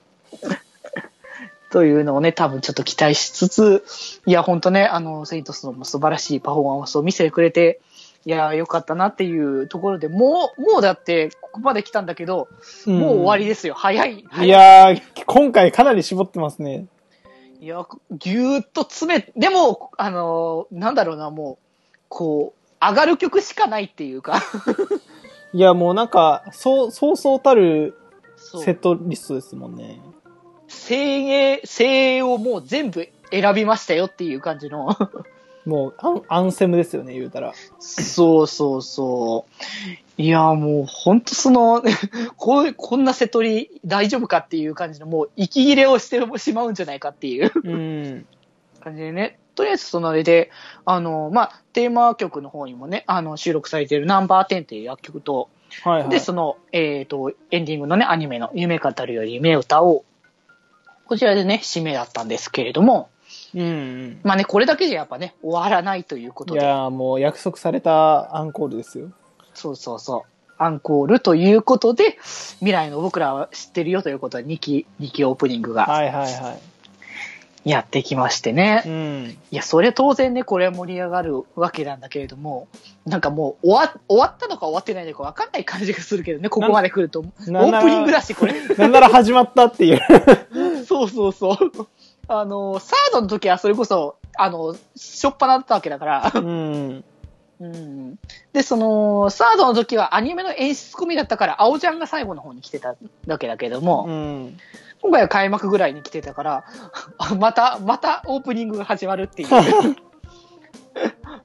というのをね、多分ちょっと期待しつつ、いや、本当ね、あの、セイントスノーも素晴らしいパフォーマンスを見せてくれて、いや、良かったなっていうところでもう、もうだって、ここまで来たんだけど、もう終わりですよ。早い。早
いやー、今回かなり絞ってますね。
いや、ぎゅーっと詰め、でも、あの、なんだろうな、もう、こう、上がる曲しかないっていうか、
いや、もうなんか、そう、そうそうたる
[LAUGHS] そう
セットリストですもんね。
精鋭、精鋭をもう全部選びましたよっていう感じの。
もうアン、アンセムですよね、言うたら。
そうそうそう。いや、もう本当その、 [LAUGHS] こうこんな瀬取り大丈夫かっていう感じの、もう息切れをしてしまうんじゃないかっていう
うん。
感じでね。とりあえずそのあれで、あの、まあ、テーマ曲の方にもね、あの、収録されているナンバー10っていう楽曲と、
はいはい。
で、その、えっ、と、エンディングのね、アニメの夢語るより夢歌を、こちらでね、締めだったんですけれども、
うんうん。
まあね、これだけじゃやっぱね、終わらないというこ
い
とで、
やー、もう約束されたアンコールですよ。
そうそうそう。アンコールということで、未来の僕らは知ってるよということで、2期、2期オープニングが
はいはいは
やってきまして
い。
ね。
うん。
いや、それ当然ね、これは盛り上がるわけなんだけれども、なんかもう終わ、終わったのか終わってないのか分かんない感じがするけどね、ここまで来ると。オ
なんなら
ープニングだし、これ。
なんなら始まったっていう。
そうそうそう。あの、サードの時はそれこそ、あの、しょっぱなだったわけだから。
うん。
うんで、その、サードの時はアニメの演出込みだったから、青ちゃんが最後の方に来てたわけだけども、
[LAUGHS] うん。
今回は開幕ぐらいに来てたから、あまた、またオープニングが始まるっていう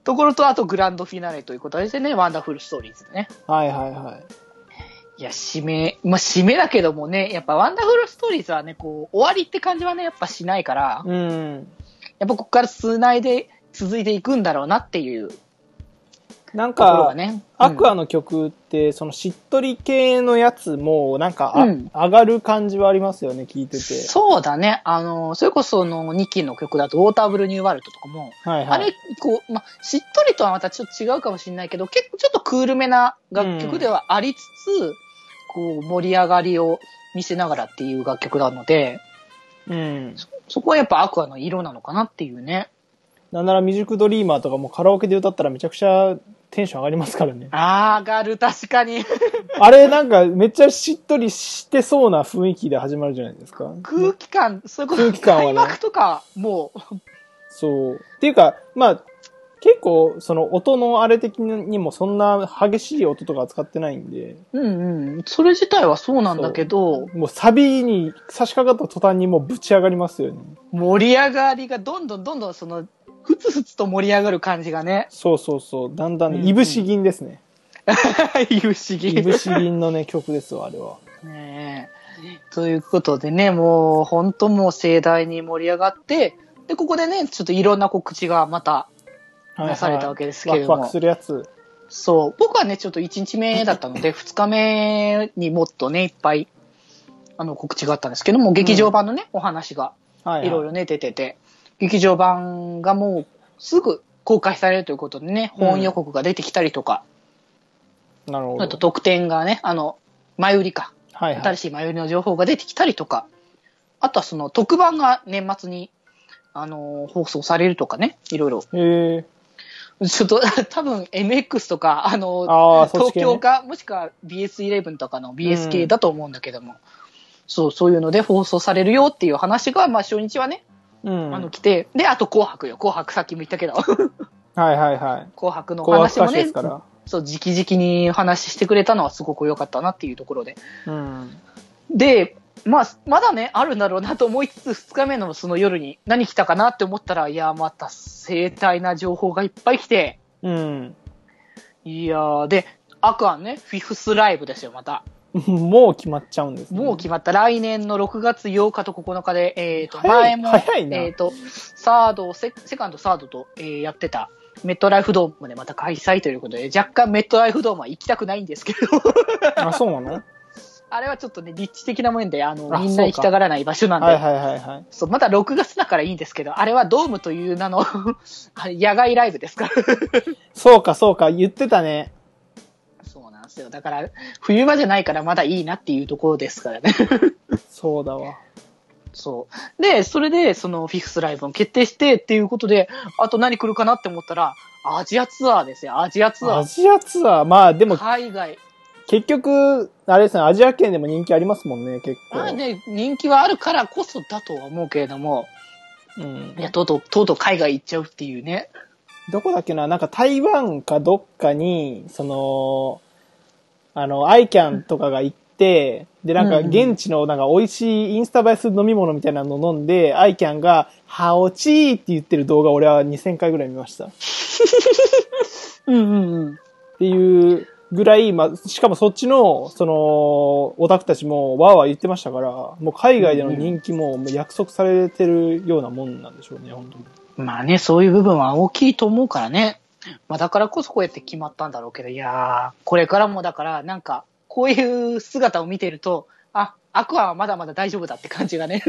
ところと、あとグランドフィナーレということですね、ワンダフルストーリーズでね。
はいはいはい。
いや、締め、まあ、締めだけどもね、やっぱワンダフルストーリーズはね、こう、終わりって感じはね、やっぱしないから、
うん。
やっぱここから繋いで続いていくんだろうなっていう
なん
ところ
か、
がね。
アク
ア、
アの曲って、そのしっとり系のやつも、なんかあ、
うん
上がる感じはありますよね、聞いてて。
そうだね。あの、それこそ、の、ニキの曲だと、ウォーターブルーニューワールドとかも、
はい
あ
はい。
れ、こう、ま、しっとりとはまたちょっと違うかもしれないけど、結構ちょっとクールめな楽曲ではありつつ、こう、盛り上がりを見せながらっていう楽曲なので、
うん。
そこはやっぱアクアの色なのかなっていうね。。
なんならミュージックドリーマーとかもカラオケで歌ったらめちゃくちゃテンション上がりますからね
あー、上がる、確かに。
[LAUGHS] あれなんかめっちゃしっとりしてそうな雰囲気で始まるじゃないですか。
空気感、そういうこと、
空気感はね
開幕とか、もう、
そう。っていうか、まあ、結構その音のあれ的にもそんな激しい音とか使ってないんで、
うんうん、それ自体はそうなんだけど、
もうサビに差し掛かった途端にもうぶち上がりますよね。、
盛り上がりがどんどんどんどんその、ふつふつと盛り上がる感じがね [LAUGHS]
そうそうそう。だんだ、
うんん
いぶし銀ですね。
[LAUGHS] いう不思議。
いぶし銀のね、曲ですわ、あれは。
ねえということでね、もう本当もう盛大に盛り上がって、で、ここでね、ちょっといろんな告知がまた
はいはい
なされたわけですけれども
ワクワクするやつ。
そう、僕はね、ちょっと1日目だった
[LAUGHS]
ので、2日目にもっとね、いっぱい、あの、告知があったんですけども、劇場版のね、お話が
はいはい
いろいろね、出てて、劇場版がもうすぐ公開されるということでね、
うん
本予告が出てきたりとか、
なるほ
あと
ど。
特典がね、あの、前売りか、
はいは
新
い。
しい前売りの情報が出てきたりとか、あとはその特番が年末に、あのー放送されるとかね、いろいろ。
へえ。
ちょっと、多分 MX とか、あのー
ああ、そっ
東
ち系
京
ね。
か、もしくは BS11 とかの
うん
BS 系だと思うんだけども、そう、そういうので放送されるよっていう話が、まあ、初日はね、
うん。
あ
はい
の、来て、で、あと紅白よ、紅白さっきも言ったけど、 [LAUGHS]
はいはい。
紅白のお
紅
話
白歌
も
手で
ね
す、か
そう、直々にお話ししてくれたのはすごく良かったなっていうところで。
ら。うん。
で、まあ、まだね、あるんだろうなと思いつつ、2日目のその夜に何来たかなって思ったら、いや、また盛大な情報がいっぱい来て、
うん。
いやー、で、アクアンね、フィフスライブですよ、また。
もう決まっちゃうんですね。
もう決まった。来年の6月8日と9日で、えっ、と、
早い
前も、
早いな
えっ、と、サード、セセカンド、サードと、えーやってた、メットライフドームでまた開催ということで、若干メットライフドームは行きたくないんですけど、
[LAUGHS] あ、そうなのはい
あれはちょっとね、立地的な面で、あの、
あ
みんな行きたがらない場所なんで、
はいはいはい。
そう、まだ6月だからいいんですけど、あれはドームという名の [LAUGHS] あれ野外ライブですから。
そうかそうか、言ってたね。
そうなんですよ。だから、冬場じゃないからまだいいなっていうところですからね。
そうだわ。
そう。で、それで、そのフィフスライブも決定してっていうことで、あと何来るかなって思ったら、アジアツアーですよ、アジアツア
ア
ー。
ジアツアー、まあでも
海外。
結局、あれですね、アジア圏でも人気ありますもんね、結
まあ
構。
ね、人気はあるからこそだとは思うけれども、
うん
い。や、とうとう、とうとう海外行っちゃうっていうね。
どこだっけな、なんか台湾かどっかに、その、あの、アイキャンとかが行って、で、なんか
うんうん
現地のなんか美味しいインスタ映えする飲み物みたいなの飲んで、アイキャンが、ハオチーって言ってる動画俺は2000回ぐらい見ました。っ
うんうんうん。
ていうぐらい、まあ、しかもそっちの、その、オタクたちもわーわー言ってましたから、もう海外での人気ももう約束されてるようなもんなんでしょうね、本当に。
まあね、そういう部分は大きいと思うからね。まあだからこそこうやって決まったんだろうけど、いやー、これからもだから、なんか、こういう姿を見てると、あ、アクアはまだまだ大丈夫だって感じが [LAUGHS] ね。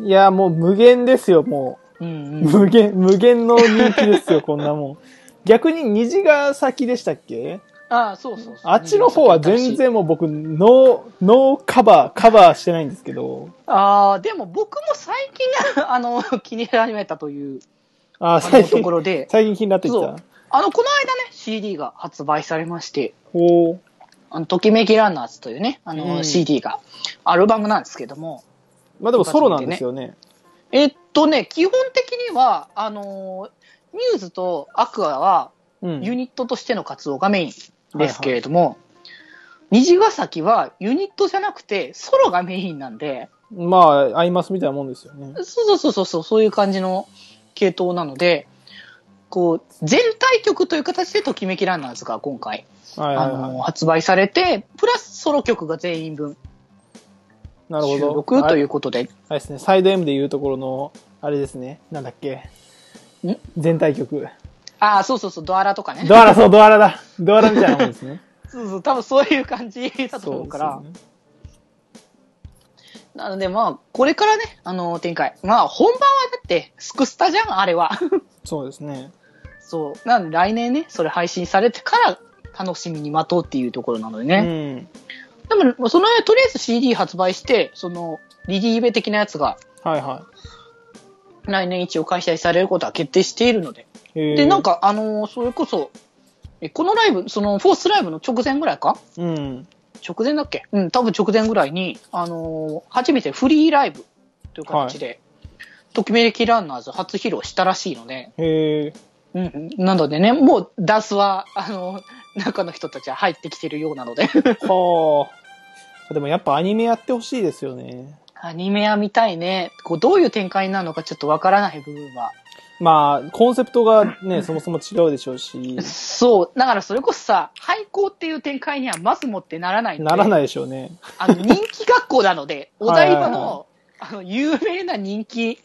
いや、もう無限ですよ、もう。
うんうん。
無限、無限の人気です [LAUGHS] よ、こんなもん。逆に虹が先でしたっけ
ああ、そうそうそう。
あっちの方は全。然もう僕、ノー、ノーカバー、カバーしてないんですけど。
ああ、でも僕も最近、あの、 [LAUGHS] 気に入り始めたという、
あー、
あの
最
とこ
近、
ろで、
最近気になってき
そ
た
う。あの、この間ね、CD が発売されまして、
ほう。
あの、ときめきランナーズというね、あ
うん
の、CD が、アルバムなんですけども、
まあでもソロなんですよね。
えっとね、基本的には、あのーミューズとアクアは
うん。
ユニットとしての活動がメインですけれども、虹ヶ崎はユニットじゃなくてソロがメインなんで、
まあ、アイマスみたいなもんですよね。
そうそうそうそう、そういう感じの系統なので、こう、全体曲という形でときめきランナーズが今回、
はいは
あ
いはい。
のー発売されて、プラスソロ曲が全員分
なるほ
収
ど。。
録といううことで、
あれですね、サイド M で言うところの、あれですね、なんだっけ
ん。
全体曲。
ああ、そうそうそう、ドアラとかね。
ドアラ、そう、ドアラだ。ドアラみたいなもんです
[LAUGHS]
ね。
そうそう、多分そういう感じだと
そ
思
う
う
か
からら。。なのでまあ、これからね、あの展開。まあ、本番はだって、スクスタじゃん、あ
[LAUGHS]
れは。
そうですね。
そう。なんで来年ね、それ配信されてから、楽しみに待とうっていうところなので
う
ね。
ん。
でも、その、とりあえず CD 発売して、その、リリーベ的なやつが、
はいは
来年一応開催されることは決定しているので。
い。へー
で、なん、か、あのーそれこそ、えこのライブ、その、フォースライブの直前ぐらいか
うん。
直前だっけうん、多分直前ぐらいに、あのー初めてフリーライブという形で、ときめきランナーズ初披露したらしいので、
へえ。
うんうん、なのでね、もうダンスは、あのー中の人たちは入ってきてるよう
[LAUGHS]
なので、
はあ。でもやっぱアニメやってほしいですよね。
アニメは見たいね。こう、どういう展開になるのかちょっとわからない部分は。
まあ、コンセプトがね、そもそも違うでしょうし、
そう、だからそれこそさ、廃校っていう展開にはまずもってならないので
ならないでしょうね。
あの人気学校なので、お
[LAUGHS] はい
台
はいは
場
い
のあの有名な人気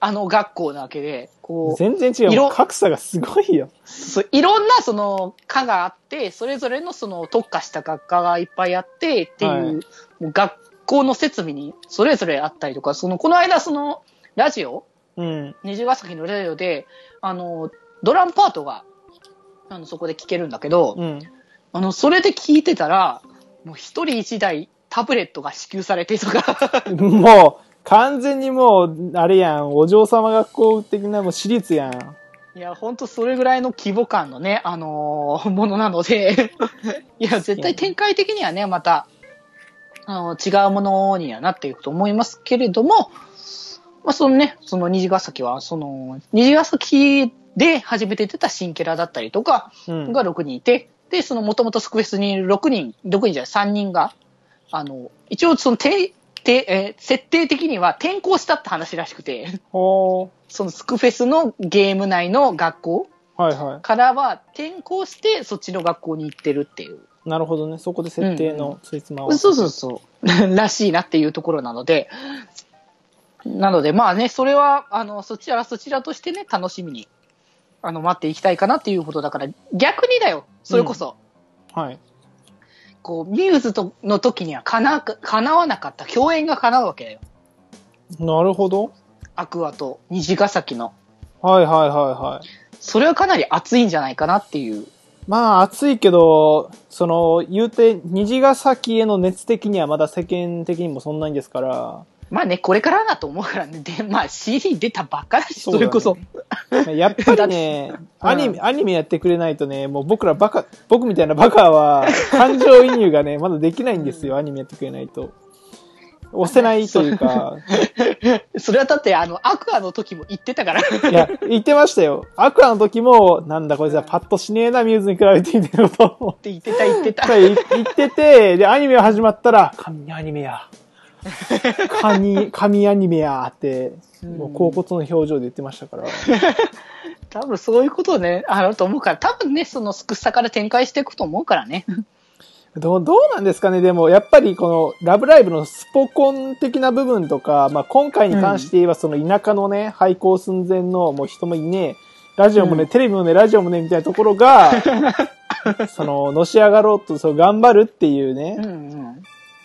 あの学校なわけで、こう
全然違う。
色
格差がすごいよ。
そういろんなその科があって、それぞれのその特化した学科がいっぱいあってっていう、
はい
もう学校の設備にそれぞれあったりとか、そのこの間そのラジオ、
うん。
二重ヶ崎のラジオで、あのドラムパートがあのそこで聴けるんだけど、
うん。
あのそれで聴いてたら、もう一人一台タブレットが支給されてとか。
[LAUGHS] もう、完全にもう、あれやん、お嬢様学校的なもう私立やん。
[LAUGHS] いや、ほんとそれぐらいの規模感のね、あのーものなので、 [LAUGHS] いや、絶対展開的にはね、また、あの違うものにはなっていくと思いますけれども、まあ、そのね、その虹ヶ崎は、その、虹ヶ崎で初めて出た新キャラだったりとか
うん。
が6人いて、で、その元々スクフェスにいる6人、6人じゃない、3人が、あの、一応その、て、て、えー設定的には転校したって話らしくて、 [LAUGHS]
ほ
そのスクフェスのゲーム内の学校
う。はいは
からは転校してそっちの学校に行ってるっていう。
い。なるほどね。そこで設定のついつまを。
そうそうそう。 [LAUGHS] らしいなっていうところなので。なのでまあね、それは、あの、そちらそちらとしてね、楽しみに、あの、待っていきたいかなっていうことだから、逆にだよ。それこそ、
はい。
こう、ミューズとの時にはかな、かなわなかった共演が叶うわけだよ。
なるほど。
アクアと虹ヶ崎の。
はいはいはいはい。
それはかなり熱いんじゃないかなっていう。
まあ暑いけど、その、言うて、虹ヶ崎への熱的にはまだ世間的にもそんなにですから、
まあね、これからだと思うからね。で、まあ CD 出たばっかだし、
そ
そう
だね
れこそ。
やっぱり [LAUGHS] ね、
だ
アニメ、アニメやってくれないとね、もう僕らバカ、僕みたいなバカは、感情移入がね、 [LAUGHS] まだできないんですよ、アニメやってくれないと。押せないというか、
それはだって、あの、アクアの時も言ってたから。 [LAUGHS]
いや、言ってましたよ。アクアの時も、なんだこいつはパッとしねえな、ミューズに比べてみたいなことを。
って言ってた、
[LAUGHS]
言ってた。
やっぱり言ってて、で、アニメが始まったら、神アニメ [LAUGHS] や。神、神アニメやって、もう、甲骨の表情で言ってましたから。
多分そういうことね、あると思うから、多分ね、そのすくさから展開していくと思うからね。
どう、どうなんですかねでも、やっぱりこの、ラブライブのスポコン的な部分とか、まあ、今回に関して言えば、その田舎のね、廃校寸前の、もう人もいねえ、ラジオもね、
うん
テレビもね、ラジオもね、みたいなところ
[LAUGHS]
が、その、のし上がろうと、そう、頑張るっていうね、
うん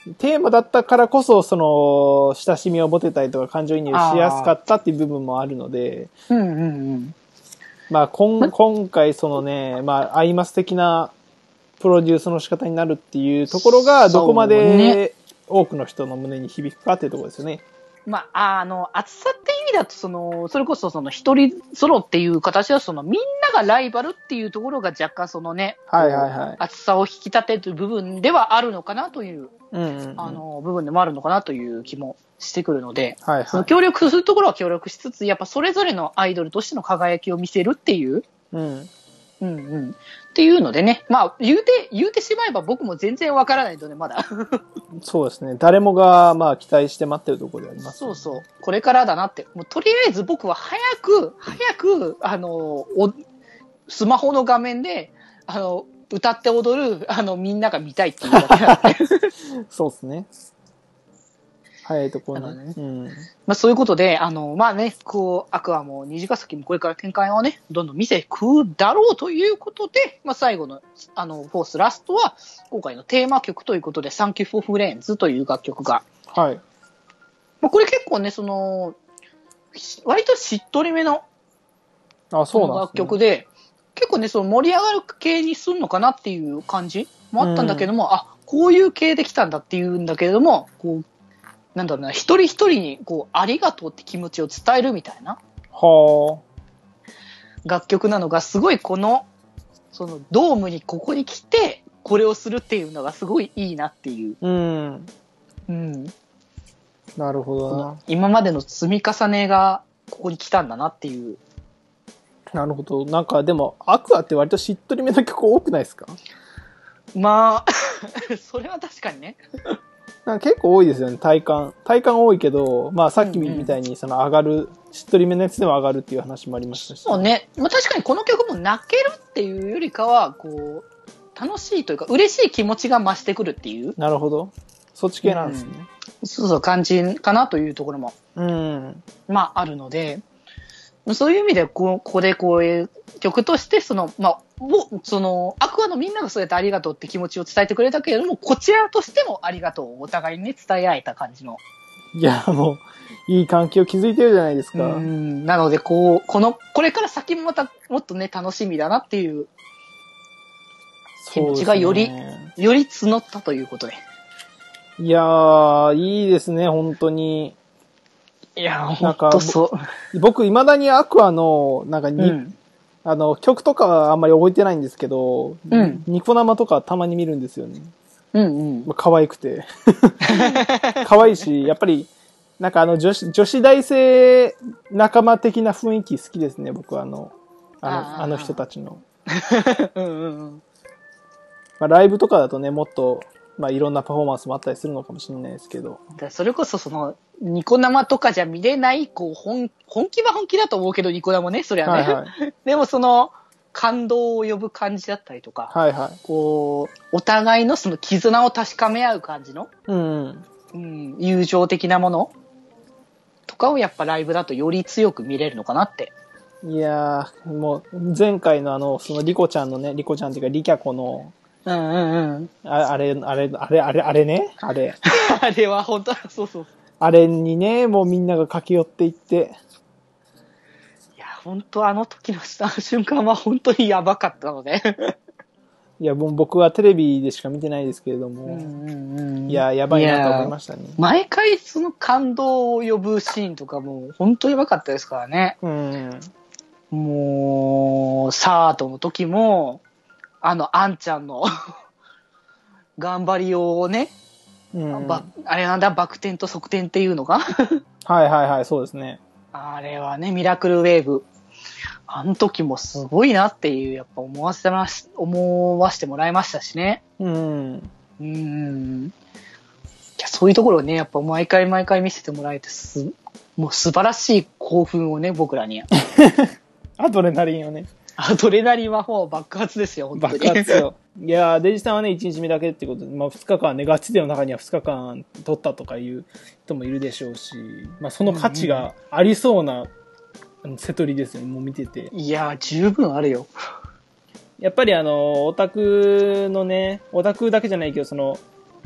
うん。
テーマだったからこそ、その、親しみを持てたりとか、感情移入しやすかったっていう部分もあるので、
うんうんうん。
まあ、今、今回、そのね、まあ、アイマス的なプロデュースの仕方になるっていうところが、どこま
そうね
で多くの人の胸に響くかっていうところですよね。
まあ、あの、厚さって意味だと、その、それこそその一人ソロっていう形は、そのみんながライバルっていうところが若干そのね、
はいはいはい
厚さを引き立てる部分ではあるのかなという、
うんうんうん。
あの、部分でもあるのかなという気もしてくるので、
はいは
その
い。
協力するところは協力しつつ、やっぱそれぞれのアイドルとしての輝きを見せるっていう、
うん。
うんうん。っていうのでね、まあ、言うて、言うてしまえば僕も全然わからないので、まだ。
そうですね。誰もが、まあ、期待して待ってるところであります。
そうそう。これからだなって。もうとりあえず僕は早く、早く、あの、おスマホの画面で、あの、歌って踊る、あの、みんなが見たいっていうだけなんで
そうですね。早いところ
なる
に。
ほ
うん。
まあ、そういうことで、あの、まあね、こう、アクアも虹ヶ崎もこれから展開をね、どんどん見せてくだろうということで、まあ、最後の、あの、フォースラストは、今回のテーマ曲ということで、Thank you for Friends という楽曲が、
はい。
まあ、これ結構ね、その、し割としっとりめの
あ、そうなん
楽曲で、結構ね、その盛り上がる系にすんのかなっていう感じもあったんだけども、あ、こういう系できたんだっていうんだけれども、こう、なんだろうな、一人一人に、こう、ありがとうって気持ちを伝えるみたいな。
は
楽曲なのがすごいこのそのドームにここに来てこれをするっていうのがすごいいいなっていう、
あ。うん。
うん、
なるほ
こ
どな
の。今までの積み重ねがここに来たんだなっていう
なるほど。なんかでも、アクアって割としっとりめな曲多くないですか
まあ [LAUGHS] それは確かにね
なんか結構多いですよね、体感。体感多いけど、まあさっきみたいにその上がる、しっとりめのやつでも上がるっていう話もありましたし。
そうね、まあ、確かにこの曲も泣けるっていうよりかはこう楽しいというか嬉しい気持ちが増してくるっていう
なるほど。そっち系なんですね。
そうそう感じかなというところも
うん。
まあ、あるので、そういう意味で、こうここでこういう曲として、その、まあ、をその、アクアのみんながそうやってありがとうって気持ちを伝えてくれたけれども、こちらとしてもありがとうをお互いにね、伝え合えた感じの。
いや、もう、いい関係を築いてるじゃないです
う
か。
ん。なので、こう、この、これから先もまた、もっとね、楽しみだなっていう、気持ちがより
そうですね
より募ったということで。
いやー、いいですね、本当に。
いやー、
な
ほ
んか
んとそう。
僕、未だにアクアの、なんか
う
に、
ん。
あの、曲とかはあんまり覚えてないんですけど、
うん
ニコ生とかたまに見るんですよね。
うんうん。
まあ可愛くて。 [LAUGHS] 可愛いし、やっぱり、なんかあの女子、女子大生仲間的な雰囲気好きですね、僕はあの、あの、
あー
あの人たちの。
うんうんうん。
まあ、ライブとかだとね、もっと、まあ、いろんなパフォーマンスもあったりするのかもしれないですけど。
だからそれこそその、ニコ生とかじゃ見れない、こう、本、本気は本気だと思うけど、ニコ生ね、そりゃね。
はいはい。
[LAUGHS] でもその感動を呼ぶ感じだったりとか、
はいはい。
こう、お互いのその絆を確かめ合う感じの、
うんうん。
うん、友情的なものとかをやっぱライブだとより強く見れるのかなって。
いやー、もう、前回のあの、その、リコちゃんのね、リコちゃんっていうか、リキャコの、
うんうん [LAUGHS] うん。
ああれ、あれ、あれ、あれ、あれね、あれ。
あれは本当そうそう。
あれにね、もうみんなが駆け寄っていって、
いや、本当あの時のした瞬間は本当にやばかったので。
いや、もう僕はテレビでしか見てないですけれど
う
も、
んうんうん
いや、やばいなと思いましたね。
毎回その感動を呼ぶシーンとかもう本当やばかったですからね。
うん。
もう、サードの時も、あの、あんちゃんの、 [LAUGHS] 頑張りをね、
うん。は
ばあれなんだ、バク転と側転っていうのが、
いはいはい、そうですね。
あれはね、ミラクルウェーブ。あの時もすごいなっていう、やっぱ思わせまし、思わせてもらいましたしね。
うん。
うん。いやそういうところをね、やっぱ毎回毎回見せてもらえてす、もう素晴らしい興奮をね、
[LAUGHS]
僕らに。
アドレナリンをね、
アドレナリンはもう爆発ですよ、本当に。
爆発よ。いやー、デジさんはね、1日目だけってことで、まあ2日間ね、ガチ勢の中には2日間取ったとかいう人もいるでしょうし、まあその価値がありそうな、あの瀬取りですよね、もう見てて。
いやー、十分あるよ。
やっぱりあの、オタクのね、オタクだけじゃないけど、その、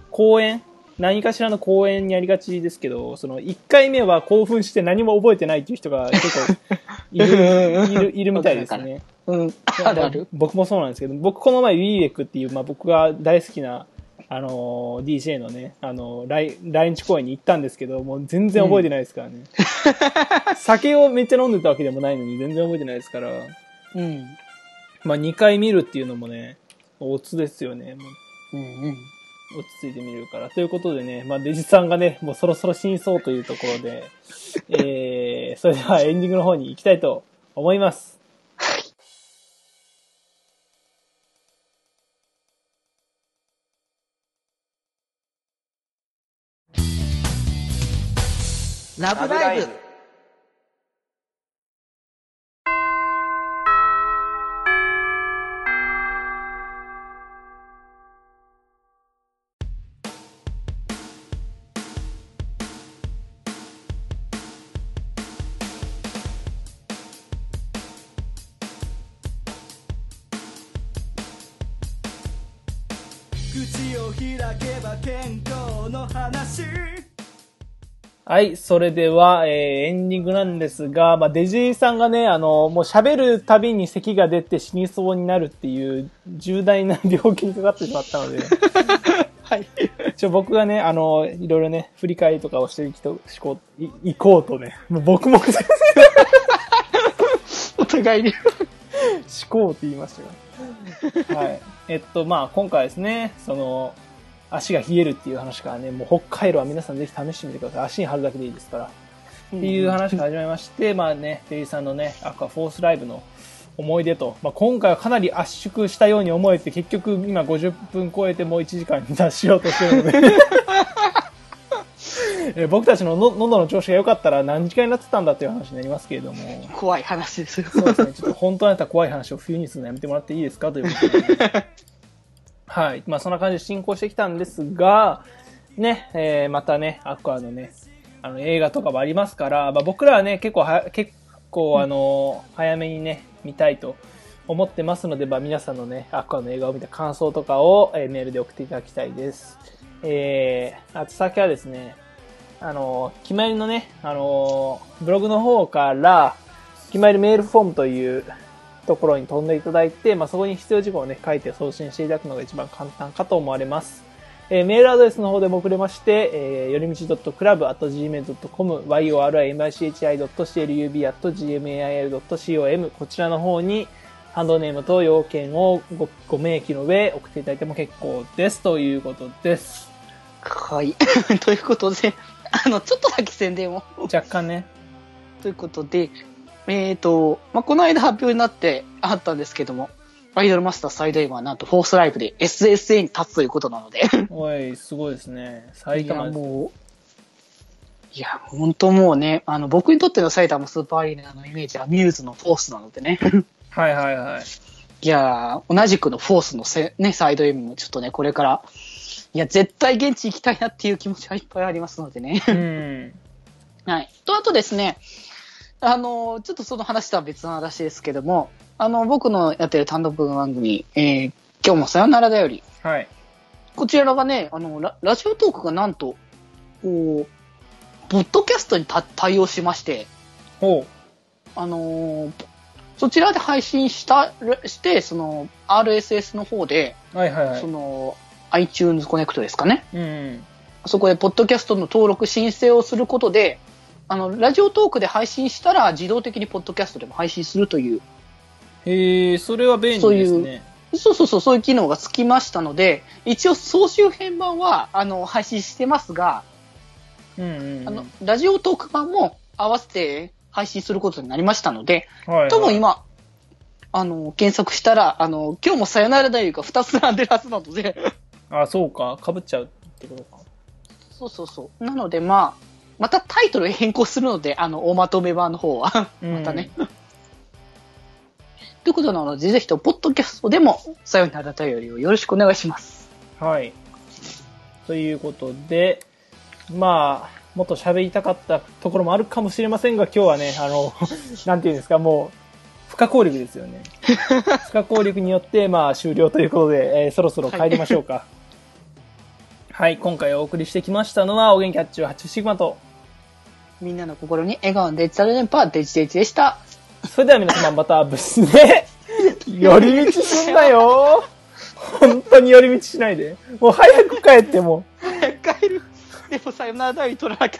公演何かしらの公演にやりがちですけど、その、1回目は興奮して何も覚えてないっていう人が結構いる、いる、いるみたいですね。
うん、あるある。
僕もそうなんですけど、僕この前 WeWeck っていう、まあ僕が大好きな、あのー DJ のね、あのー来、来日公演に行ったんですけど、もう全然覚えてないですから
[LAUGHS]
ね。酒をめっちゃ飲んでたわけでもないのに全然覚えてないですから。
うん。
まあ、2回見るっていうのもね、オツですよね。もう
うんうん。
落ち着いて見れるから。ということでね、まあ、デジさんがね、もうそろそろ死にそうというところで、えー、それではエンディングの方に行きたいと思います。
ラブライブ
口を開けば健康の話
はい、それでは、えーエンディングなんですが、まあ、デジさんがね、あの、もう喋るたびに咳が出て死にそうになるっていう重大な病気にかかってしまったので、
はい。
一応僕がね、あの、いろいろね、振り返りとかをしていきとしこいいこうとね、もう僕も
お互いに。
しこうって言いましたよ。はい。えっと、まあ、今回ですね、その、足が冷えるっていう話からね、もう北海道は皆さんぜひ試してみてください。足に貼るだけでいいですから。っていう話が始まりまして、まあね、デイさんのね、アクアフォースライブの思い出と、まあ、今回はかなり圧縮したように思えて、結局今50分超えてもう1時間に達しようとしてるので。えー僕たちのの喉の調子が良かったら何時間になってたんだっていう話になりますけれども。
怖い話ですよ。
そうですね、ちょっと本当にあなた怖い話を冬にするのやめてもらっていいですかということで、はい、まあそんな感じで進行してきたんですが、ね、えーまたね、アクアのね、あの映画とかもありますから、まあ、僕らはね、結構は、結構、あの早めにね、見たいと思ってますので、まあ、皆さんのね、アクアの映画を見た感想とかを、えーメールで送っていただきたいです。えー、あと先はですね、あの、決まりのね、あの、ブログの方から、決まりメールフォームというところに飛んでいただいて、まあ、そこに必要事項をね、書いて送信していただくのが一番簡単かと思われます。えーメールアドレスの方でもくれまして、えー、よりみち .club.gmail.com、yorimichi.club.gmail.com、こちらの方に、ハンドネームと要件をごご明記の上、送っていただいても結構です、ということです。 [LAUGHS]
はい。ということで、あの、ちょっとだけ宣伝を。
若干ね、
ということで、えーとまあ、この間発表になってあったんですけども、アイドルマスター最大はなんとフォースライブで SSA に立つということなので、
おい、すごいですね。埼
いや
玉です。
もう、いや、本当もうね、あの僕にとっての埼玉スーパーアリーナのイメージはミューズのフォースなので [LAUGHS] ね、
はいはいはい。
いやー、同じくのフォースのせ、ね、サイド M もちょっとね、これから、いや、絶対現地行きたいなっていう気持ちはいっぱいありますのでね。
うん。
はい。と、あとですね、あの、ちょっとその話とは別の話ですけども、あの、僕のやってる単独番組、えー今日もさよならだより、
はい。
こちらがね、あの、ララジオトークがなんと、こう、ポッドキャストにた対応しまして、
ほう。
あのーそちらで配信した、して、その、RSS の方で、
はいはいはい
そ。の、iTunes コネクトですかね。
うん。
そこで、ポッドキャストの登録、申請をすることで、あの、ラジオトークで配信したら、自動的にポッドキャストでも配信するという、
へえ、それは便利ですね。
そうそうそう、そういう機能がつきましたので、一応、総集編版は、あの、配信してますが、
うんうんうん。
あの、ラジオトーク版も合わせて配信することになりましたので、
はいはい
多分。今、あの、検索したら、あの、今日もさよならだよりか2つ並んでるはずなので、
あ、そうか。被っちゃうってことか。
そうそうそう。なので、まあ、またタイトル変更するので、あの、おまとめ版の方は。
うん
またね。ということなので、ぜひとも、ポッドキャストでも、さよならだよりをよろしくお願いします。
はい。ということで、まあ、もっと喋りたかったところもあるかもしれませんが、今日はね、あの、 [LAUGHS] なんていうんですか、もう、不可抗力ですよ
[LAUGHS]
ね。不可抗力によって、まあ、終了ということで、えーそろそろ帰りましょうか。はい、今回お送りしてきましたのは、お元気あっちゅう8シグマと、
みんなの心に笑顔のデジタル連覇、デジデジで [LAUGHS] した。
それでは皆様またブスね [LAUGHS] 寄り道すんなよ本当に寄り道しないで。もう早く帰ってもう。
帰る。でも、さよならだより取らなきゃ。